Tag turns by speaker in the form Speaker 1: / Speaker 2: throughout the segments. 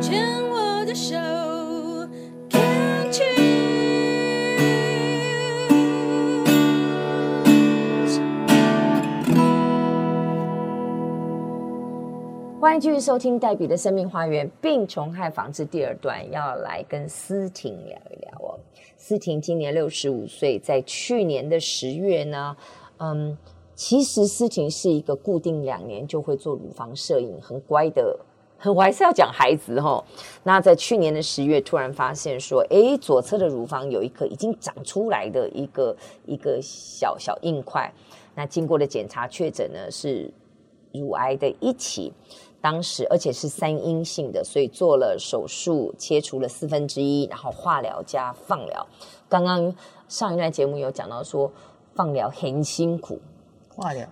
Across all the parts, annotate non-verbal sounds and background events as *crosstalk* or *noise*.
Speaker 1: 牵我的手看去。
Speaker 2: 欢迎继续收听黛比的生命花园病虫害防治第二段，要来跟思婷聊一聊哦。思婷今年六十五岁，在去年的十月呢，嗯，其实思婷是一个固定两年就会做乳房摄影，很乖的。很我还是要讲孩子哈、那在去年的十月，突然发现说，诶，左侧的乳房有一颗已经长出来的一个一个小小硬块。那经过了检查，确诊呢是乳癌的一期。当时而且是三阴性的，所以做了手术，切除了四分之一，然后化疗加放疗。刚刚上一段节目有讲到说，放疗很辛苦。
Speaker 3: 化疗，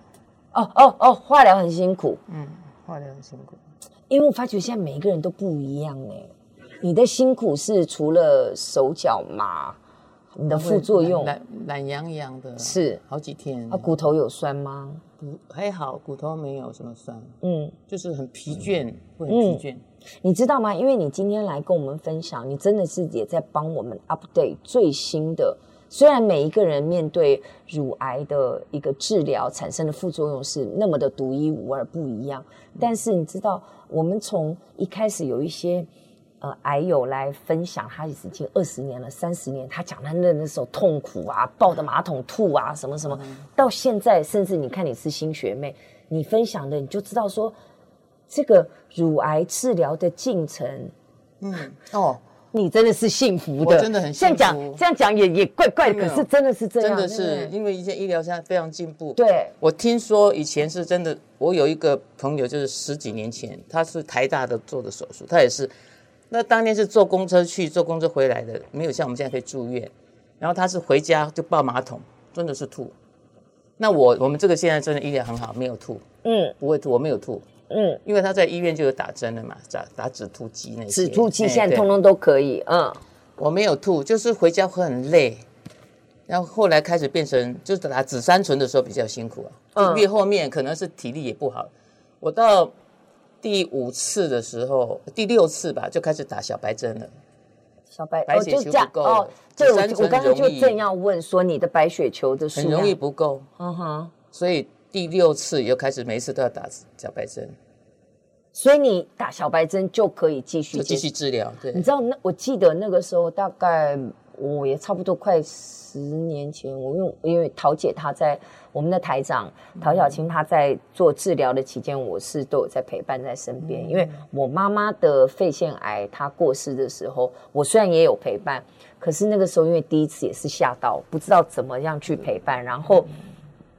Speaker 2: 哦哦哦，化疗很辛苦，
Speaker 3: 嗯，化疗很辛苦。
Speaker 2: 因为我发觉现在每一个人都不一样哎、你的辛苦是除了手脚麻，你的副作用
Speaker 3: 懒懒洋洋的，
Speaker 2: 是
Speaker 3: 好几天。
Speaker 2: 啊，骨头有酸吗？
Speaker 3: 骨还好，骨头没有什么酸，
Speaker 2: 嗯，
Speaker 3: 就是很疲倦，会很疲倦。
Speaker 2: 你知道吗？因为你今天来跟我们分享，你真的是也在帮我们 update 最新的。虽然每一个人面对乳癌的一个治疗产生的副作用是那么的独一无二、不一样，但是你知道，我们从一开始有一些呃癌友来分享，他已经二十年了、三十年，他讲他那那时候痛苦啊，抱着马桶吐啊，什么什么，到现在，甚至你看你是新学妹，你分享的你就知道说，这个乳癌治疗的进程，
Speaker 3: 嗯，哦，
Speaker 2: 你真的是幸福的，
Speaker 3: 我真的很
Speaker 2: 这样
Speaker 3: 幸福
Speaker 2: 讲，这样讲也也怪怪的，
Speaker 3: 没有
Speaker 2: 可是真的是这样，
Speaker 3: 真的
Speaker 2: 对
Speaker 3: 是
Speaker 2: 不对
Speaker 3: 因为一些医疗现在非常进步。，
Speaker 2: 对，啊
Speaker 3: 我听说以前是真的，我有一个朋友就是十几年前，他是台大的做的手术，他也是，那当年是坐公车去，坐公车回来的，没有像我们现在可以住院。然后他是回家就抱马桶，真的是吐。那我我们这个现在真的医疗很好，没有吐，
Speaker 2: 嗯
Speaker 3: 不会吐，我没有吐。
Speaker 2: 嗯，
Speaker 3: 因为他在医院就有打针了嘛，打打止吐剂那些。
Speaker 2: 止吐剂现在
Speaker 3: 哎
Speaker 2: 通通都可以，嗯，
Speaker 3: 对我没有吐，就是回家会很累，然后后来开始变成就是打紫杉醇的时候比较辛苦啊，
Speaker 2: 嗯
Speaker 3: 就越后面可能是体力也不好，我到第五次的时候，第六次吧就开始打小白针了，
Speaker 2: 小白哦
Speaker 3: 白血球
Speaker 2: 就这样
Speaker 3: 不够了
Speaker 2: 这
Speaker 3: 三
Speaker 2: 我
Speaker 3: 醇
Speaker 2: 我刚刚就
Speaker 3: 容易
Speaker 2: 正要问说你的白血球的数
Speaker 3: 很
Speaker 2: 量，
Speaker 3: 容易不够，
Speaker 2: 嗯哼，
Speaker 3: 所以第六次也就开始每一次都要打小白针，
Speaker 2: 所以你打小白针就可以继续
Speaker 3: 就
Speaker 2: 接
Speaker 3: 继续治疗。对
Speaker 2: 你，知道那我记得那个时候大概我也差不多快十年前，我用因为桃姐她在我们的台长陶小青她在做治疗的期间，我是都有在陪伴在身边。因为我妈妈的肺腺癌她过世的时候，我虽然也有陪伴，可是那个时候因为第一次也是吓到，不知道怎么样去陪伴，然后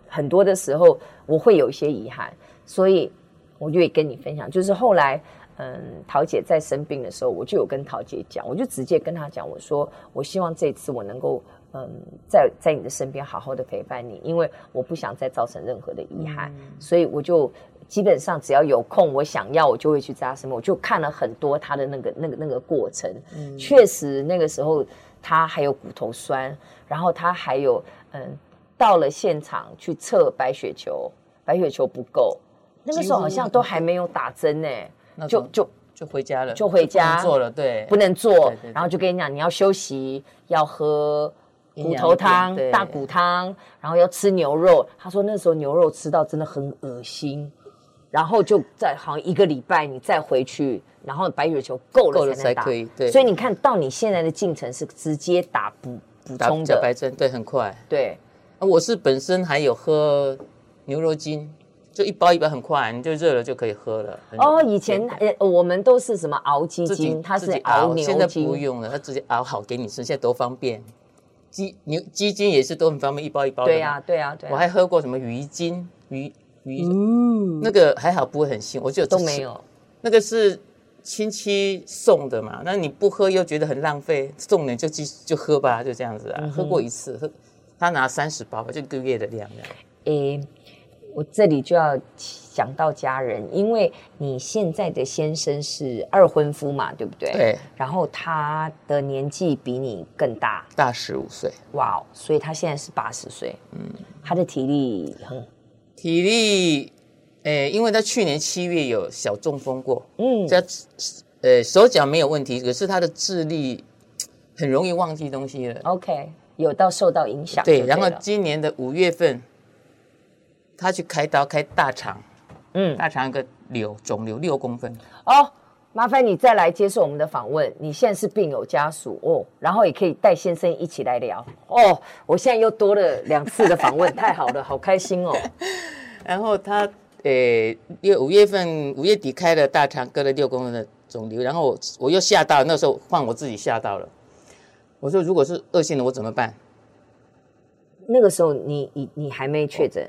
Speaker 2: 很多的时候我会有一些遗憾，所以我就也跟你分享，就是后来。嗯，桃姐在生病的时候，我就有跟桃姐讲，我就直接跟她讲，我说我希望这次我能够，嗯，在在你的身边好好的陪伴你，因为我不想再造成任何的遗憾，所以我就基本上只要有空，我想要我就会去在她身边，我就看了很多她的那个那个那个过程，确实那个时候她还有骨头酸，然后她还有嗯，到了现场去测白血球，白血球不够，那个时候好像都还没有打针呢、
Speaker 3: 那
Speaker 2: 就
Speaker 3: 种
Speaker 2: 就
Speaker 3: 就回家了，
Speaker 2: 就回家
Speaker 3: 不能做了，对，
Speaker 2: 不能做
Speaker 3: 对对，对
Speaker 2: 然后就跟你讲，你要休息，要喝
Speaker 3: 营
Speaker 2: 骨
Speaker 3: 养
Speaker 2: 头汤
Speaker 3: 一点、对
Speaker 2: 大骨汤，然后要吃牛肉。他说那时候牛肉吃到真的很恶心，然后就在好像一个礼拜你再回去，然后白血球够
Speaker 3: 够
Speaker 2: 了
Speaker 3: 了
Speaker 2: 才能
Speaker 3: 才
Speaker 2: 打。
Speaker 3: 可以，对，
Speaker 2: 所以你看到你现在的进程是直接打补补
Speaker 3: 打
Speaker 2: 充
Speaker 3: 小
Speaker 2: 的，
Speaker 3: 白针，对，很快。
Speaker 2: 对，
Speaker 3: 啊我是本身还有喝牛肉精，就一包一包，很快，你就热了就可以喝了。很
Speaker 2: 哦，以前
Speaker 3: 对
Speaker 2: 呃我们都是什么熬鸡
Speaker 3: 自己
Speaker 2: 精，它是
Speaker 3: 自己
Speaker 2: 熬牛
Speaker 3: 现在不
Speaker 2: 精，
Speaker 3: 用了，它直接熬好给你吃，现在多方便。鸡牛鸡精也是都很方便，一包一包的。
Speaker 2: 对呀、对呀、对、啊
Speaker 3: 我
Speaker 2: 呀。
Speaker 3: 还喝过什么鱼精、鱼鱼，那个还好不会很腥，我就
Speaker 2: 嗯都没。有，
Speaker 3: 那个是亲戚送的嘛，那你不喝又觉得很浪费，送你就继续就喝吧，就这样子啊。
Speaker 2: 嗯
Speaker 3: 喝过一次，喝他拿三十包吧，就一个月的量这样。
Speaker 2: 诶、我这里就要讲到家人，因为你现在的先生是二婚夫嘛，对不对？。
Speaker 3: 对，
Speaker 2: 然后他的年纪比你更大，
Speaker 3: 大十五岁。
Speaker 2: 哇哦！所以他现在是八十岁，嗯，他的体力很，
Speaker 3: 体呃力，诶、因为他去年七月有小中风过，
Speaker 2: 嗯
Speaker 3: 在呃手脚没有问题，可是他的智力很容易忘记东西了。
Speaker 2: OK，有到受到影响就
Speaker 3: 对，
Speaker 2: 了，
Speaker 3: 然后今年的五月份，他去开刀开大肠，
Speaker 2: 嗯
Speaker 3: 大肠有个瘤肿瘤六公分，
Speaker 2: 哦，麻烦你再来接受我们的访问。你现在是病友家属哦，然后也可以带先生一起来聊哦。我现在又多了两次的访问，太好了，好开心
Speaker 3: *laughs*
Speaker 2: 哦。
Speaker 3: 然后他呃六五月份五月底开了大肠割了六公分的肿瘤，然后我我又吓到，那时候换我自己吓到了，我说如果是恶性的我怎么办？
Speaker 2: 那个时候你你你还没确诊，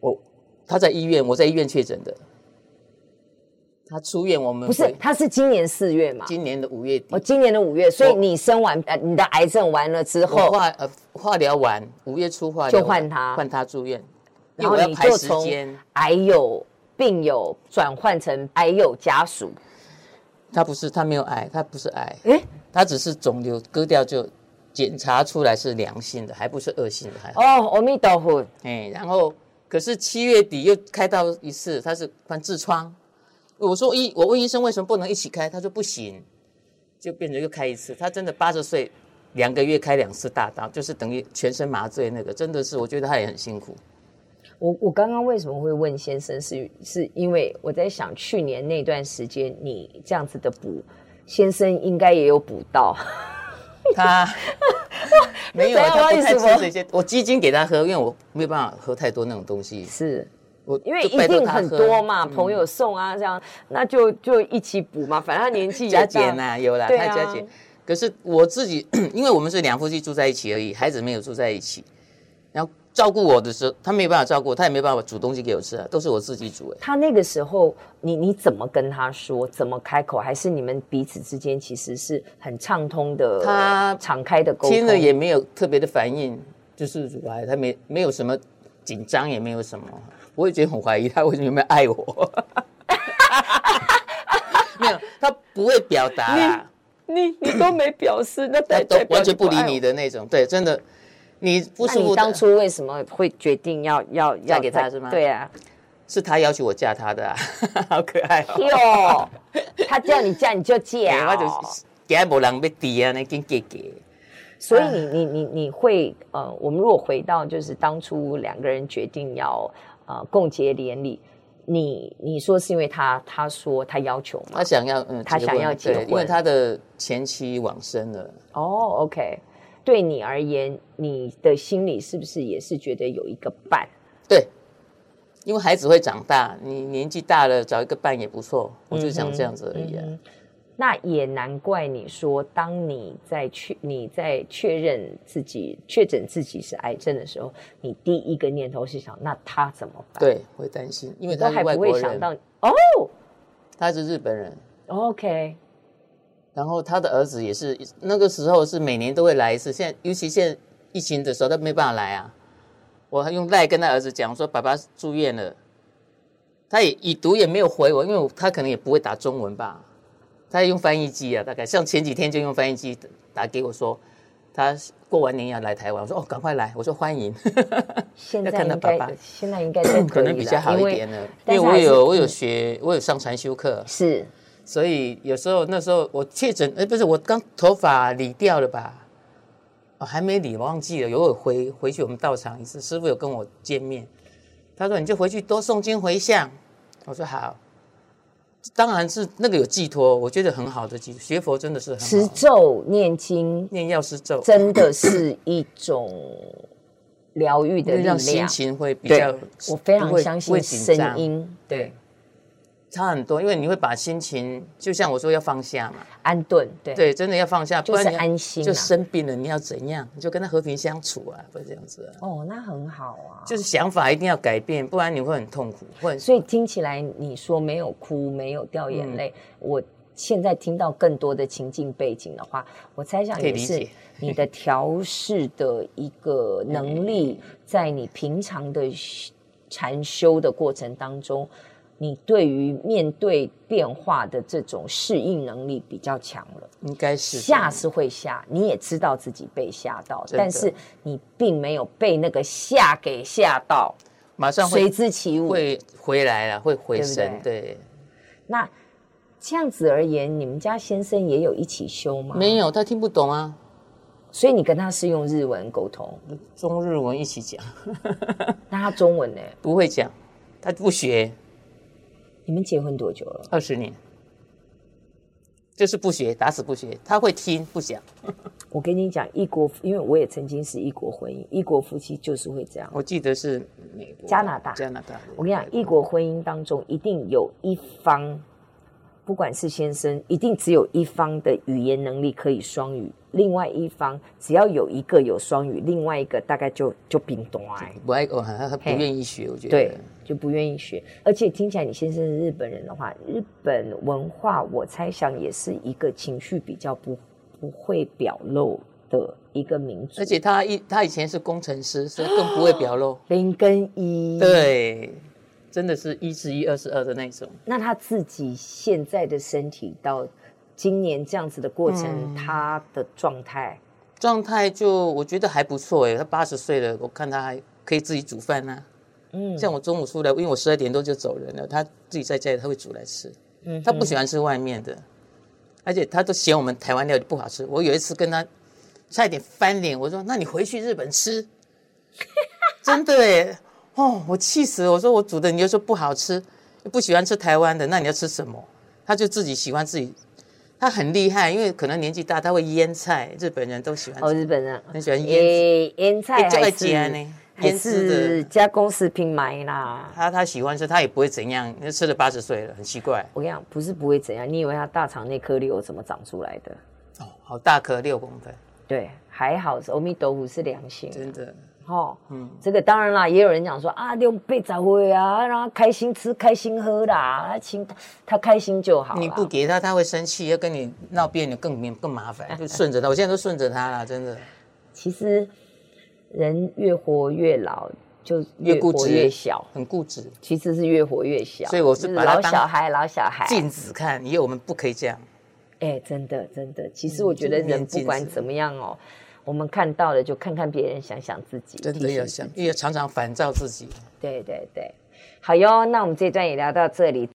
Speaker 3: 哦我他在医院，我在医院确诊的，他出院我们
Speaker 2: 不是
Speaker 3: 回？
Speaker 2: 他是今年四月嘛？
Speaker 3: 今年的五月底
Speaker 2: 哦，，今年的五月，所以你生完呃你的癌症完了之
Speaker 3: 我
Speaker 2: 后，
Speaker 3: 化呃化疗完，五月初化疗
Speaker 2: 就换
Speaker 3: 完
Speaker 2: 他
Speaker 3: 换他住院，因
Speaker 2: 然后
Speaker 3: 为我要
Speaker 2: 你
Speaker 3: 排
Speaker 2: 就
Speaker 3: 时
Speaker 2: 从
Speaker 3: 间。
Speaker 2: 癌友病友转换成癌友家属。
Speaker 3: 他不是他没有癌，他不是癌，
Speaker 2: 诶
Speaker 3: 他只是肿瘤割掉就检查出来是良性的，还不是恶性的，还好。
Speaker 2: 哦，阿弥陀佛，
Speaker 3: 哎，然后可是七月底又开到一次，他是换痔疮。我说医，我问医生为什么不能一起开，他说不行，就变成又开一次。他真的八十岁，两个月开两次大刀，就是等于全身麻醉那个，真的是我觉得他也很辛苦。
Speaker 2: 我我刚刚为什么会问先生是是因为我在想去年那段时间你这样子的补，先生应该也有补到， *laughs*
Speaker 3: 他没有，
Speaker 2: 怎
Speaker 3: 啊
Speaker 2: 样
Speaker 3: 他不
Speaker 2: 不好
Speaker 3: 太
Speaker 2: 意
Speaker 3: 吃
Speaker 2: 思我
Speaker 3: 这些。我鸡精给他喝，因为我没有办法喝太多那种东西。
Speaker 2: 是
Speaker 3: 我
Speaker 2: 因为
Speaker 3: 就
Speaker 2: 一
Speaker 3: 拜托
Speaker 2: 定
Speaker 3: 他
Speaker 2: 很
Speaker 3: 喝嗯
Speaker 2: 多嘛，朋友送啊这样，那就就一起补嘛，反正他
Speaker 3: *laughs*
Speaker 2: 年纪也
Speaker 3: 加
Speaker 2: 大
Speaker 3: 减呐、有啦，
Speaker 2: 对
Speaker 3: 他加
Speaker 2: 啊
Speaker 3: 减。可是我自己， *clears throat* 因为我们是两夫妻住在一起而已，孩子没有住在一起。然后照顾我的时候，他没有办法照顾我，他也没有办法煮东西给我吃啊，都是我自己煮、欸。
Speaker 2: 他那个时候，你你怎么跟他说？怎么开口？还是你们彼此之间其实是很畅通的，
Speaker 3: 他
Speaker 2: 敞开的沟通。
Speaker 3: 听了也没有特别的反应，就是乳癌，他没没有什么紧张，也没有什么。我也觉得很怀疑他为什么有没有爱我。 *laughs* 没有，他不会表达啦。
Speaker 2: 你你都没表示，那
Speaker 3: 他
Speaker 2: 代
Speaker 3: 都
Speaker 2: 代表
Speaker 3: 完全不理
Speaker 2: 爱我
Speaker 3: 你。的那种，对，真的，你不
Speaker 2: 那
Speaker 3: 舒服
Speaker 2: 你
Speaker 3: 的
Speaker 2: 当初为什么会决定要要要
Speaker 3: 嫁给他是吗
Speaker 2: 对啊，
Speaker 3: 是他要求我嫁他的、啊， *laughs* 好可爱哦、
Speaker 2: 哟，哎他叫你嫁你就
Speaker 3: 欸
Speaker 2: 嫁
Speaker 3: 我
Speaker 2: 哦、
Speaker 3: 就是惊无人要挃啊，那跟嫁嫁。
Speaker 2: 所以你
Speaker 3: 嗯
Speaker 2: 你你你会呃，我们如果回到就是当初两个人决定要呃共结连理，你你说是因为他他说他要求吗
Speaker 3: 他？想要，嗯，
Speaker 2: 他想要结
Speaker 3: 对因
Speaker 2: 婚
Speaker 3: 为他的前妻往生了，
Speaker 2: 哦，OK、o k 对你而言，你的心里是不是也是觉得有一个伴？
Speaker 3: 对，因为孩子会长大，你年纪大了找一个伴也不错，我就想这样子而已、啊。
Speaker 2: 嗯那也难怪你说，当你在确你在确认自己确诊自己是癌症的时候，你第一个念头是想，那他怎么办？，
Speaker 3: 对，会担心，因为
Speaker 2: 都
Speaker 3: 他
Speaker 2: 还
Speaker 3: 是外
Speaker 2: 不
Speaker 3: 国
Speaker 2: 会想
Speaker 3: 人，
Speaker 2: 到哦
Speaker 3: 他是日本人，
Speaker 2: ，OK，
Speaker 3: 然后他的儿子也是那个时候是每年都会来一次，现在尤其现在疫情的时候，他没办法来啊。我还用赖跟他儿子讲说，爸爸住院了，他也已读也没有回我，因为我他可能也不会打中文吧，他用翻译机啊，大概像前几天就用翻译机打给我说，他过完年要来台湾，我说哦赶快来，我说欢迎，
Speaker 2: 现
Speaker 3: 要
Speaker 2: 在
Speaker 3: 看到
Speaker 2: 应该
Speaker 3: 爸爸
Speaker 2: 现在应该都
Speaker 3: *clears throat*
Speaker 2: 可
Speaker 3: 可
Speaker 2: 以
Speaker 3: 能
Speaker 2: 了，
Speaker 3: 比较好一
Speaker 2: 因为
Speaker 3: 点呢，因
Speaker 2: 但
Speaker 3: 为
Speaker 2: 是
Speaker 3: 我
Speaker 2: 还是
Speaker 3: 有我有学我有上禅修课，
Speaker 2: 是
Speaker 3: 所以有时候那时候我确诊，哎，不是我刚头发理掉了吧？哦，还没理，我忘记了。有我回回去我们道场一次，师傅有跟我见面，他说你就回去多诵经回向。我说好，当然是那个有寄托，我觉得很好的寄托。学佛真的是很
Speaker 2: 持
Speaker 3: 好，
Speaker 2: 咒念经，
Speaker 3: 念药师咒，
Speaker 2: 真的是一种疗愈的
Speaker 3: 会
Speaker 2: 力量
Speaker 3: 让。心情会比
Speaker 2: 对
Speaker 3: 较，
Speaker 2: 我非
Speaker 3: 不
Speaker 2: 常
Speaker 3: 会
Speaker 2: 相
Speaker 3: 不会
Speaker 2: 信
Speaker 3: 紧
Speaker 2: 声
Speaker 3: 张
Speaker 2: 音，
Speaker 3: 对，差很多，因为你会把心情，就像我说要放下嘛，
Speaker 2: 安顿，对，
Speaker 3: 对，真的要放下，不
Speaker 2: 就是
Speaker 3: 然你要
Speaker 2: 安心啊
Speaker 3: 就生病了，你要怎样？你就跟他和平相处啊，不是这样子啊。
Speaker 2: 哦，那很好啊。
Speaker 3: 就是想法一定要改变，不然你会很痛苦，会很
Speaker 2: 所以听起来你说没有哭，没有掉
Speaker 3: 嗯
Speaker 2: 眼泪，我现在听到更多的情境背景的话，我猜想
Speaker 3: 可以
Speaker 2: 也
Speaker 3: 理
Speaker 2: 是
Speaker 3: 解
Speaker 2: 你的调试的一个
Speaker 3: 嗯
Speaker 2: 能力，在你平常的禅修的过程当中，你对于面对变化的这种适应能力比较强了。
Speaker 3: 应该是
Speaker 2: 吓是会吓，你也知道自己被吓到，
Speaker 3: 真的
Speaker 2: 但是你并没有被那个吓给吓到，
Speaker 3: 马上
Speaker 2: 随
Speaker 3: 会
Speaker 2: 之起舞。
Speaker 3: 会回来了，会回神，
Speaker 2: 对不
Speaker 3: 对
Speaker 2: 那这样子而言，你们家先生也有一起修吗？
Speaker 3: 没有，他听不懂啊，
Speaker 2: 所以你跟他是用日文沟通，
Speaker 3: 中日文一起讲，
Speaker 2: 那他中文呢？
Speaker 3: 不会讲，他不学
Speaker 2: 你们结婚多久了？
Speaker 3: 二十年，就是不学，打死不学，他会听不讲。
Speaker 2: 我跟你讲，异国，因为我也曾经是异国婚姻，异国夫妻就是会这样。
Speaker 3: 我记得是美国、
Speaker 2: 加拿大
Speaker 3: 加拿大。
Speaker 2: 我跟你讲，异国婚姻当中一定有一方，不管是先生，一定只有一方的语言能力可以双语，另外一方只要有一个有双语，另外一个大概就就冰冻哎，
Speaker 3: 不爱哦，他他不
Speaker 2: 嘿
Speaker 3: 愿意学，我觉得
Speaker 2: 对，就不愿意学。而且听起来你先生是日本人的话，日本文化我猜想也是一个情绪比较不不会表露的一个民族
Speaker 3: 而。且他一他以前是工程师，所以更不会表露。
Speaker 2: 林跟一，，
Speaker 3: 对，真的是一是一，二是二的那种。
Speaker 2: 那他自己现在的身体到今年这样子的过程，
Speaker 3: 嗯
Speaker 2: 他的状态，
Speaker 3: 状态就我觉得还不错哎，他八十岁了，我看他还可以自己煮饭呐、啊
Speaker 2: 嗯，
Speaker 3: 像我中午出来，因为我十二点多就走人了，他自己在家里他会煮来吃，
Speaker 2: 嗯
Speaker 3: 他不喜欢吃外面的，而且他都嫌我们台湾料理不好吃。我有一次跟他差一点翻脸，我说：“那你回去日本吃。”真的哎，哦，我气死了！我说我煮的你又说不好吃，又不喜欢吃台湾的，那你要吃什么？他就自己喜欢自己，他很厉害，因为可能年纪大，他会腌菜，日本人都喜欢
Speaker 2: 哦，日本人
Speaker 3: 很喜欢腌
Speaker 2: 诶，腌菜
Speaker 3: 欸就
Speaker 2: 还
Speaker 3: 爱
Speaker 2: 是
Speaker 3: 煎呢
Speaker 2: 还
Speaker 3: 腌制的
Speaker 2: 是加工食品买啦。
Speaker 3: 他他喜欢吃，他也不会怎样。那吃了八十岁了，很奇怪
Speaker 2: 我跟你讲，不是不会怎样，你以为他大肠那颗瘤怎么长出来的？
Speaker 3: 哦，好大颗六公分，
Speaker 2: 对，还好是欧米斗虎是良性的，
Speaker 3: 真的。
Speaker 2: 哈，嗯，这个当然啦，也有人讲说啊，用被找回啊，让他开心吃，开心喝啦，他请他开心就好啦。
Speaker 3: 你不给他，他会生气，要跟你闹别扭，更麻更麻 *laughs* 烦。就顺着他，我现在都顺着他了，真的。
Speaker 2: 其实人越活越老，就越
Speaker 3: 越固
Speaker 2: 活
Speaker 3: 执
Speaker 2: 越小，
Speaker 3: 很固执，
Speaker 2: 其实是越活越小。
Speaker 3: 所以我是
Speaker 2: 就是
Speaker 3: 把它
Speaker 2: 老
Speaker 3: 当
Speaker 2: 小孩，老小孩。
Speaker 3: 禁止看，因为我们不可以这样。
Speaker 2: 哎、真的真的，其实我觉得
Speaker 3: 这个
Speaker 2: 人不
Speaker 3: 年纪
Speaker 2: 管
Speaker 3: 是
Speaker 2: 怎么样哦，我们看到了就看看别人，想想自己，
Speaker 3: 真
Speaker 2: 提
Speaker 3: 的
Speaker 2: 醒
Speaker 3: 要
Speaker 2: 自
Speaker 3: 想
Speaker 2: 己，
Speaker 3: 因为常常反照自己。
Speaker 2: 对对对，好哟，那我们这一段也聊到这里。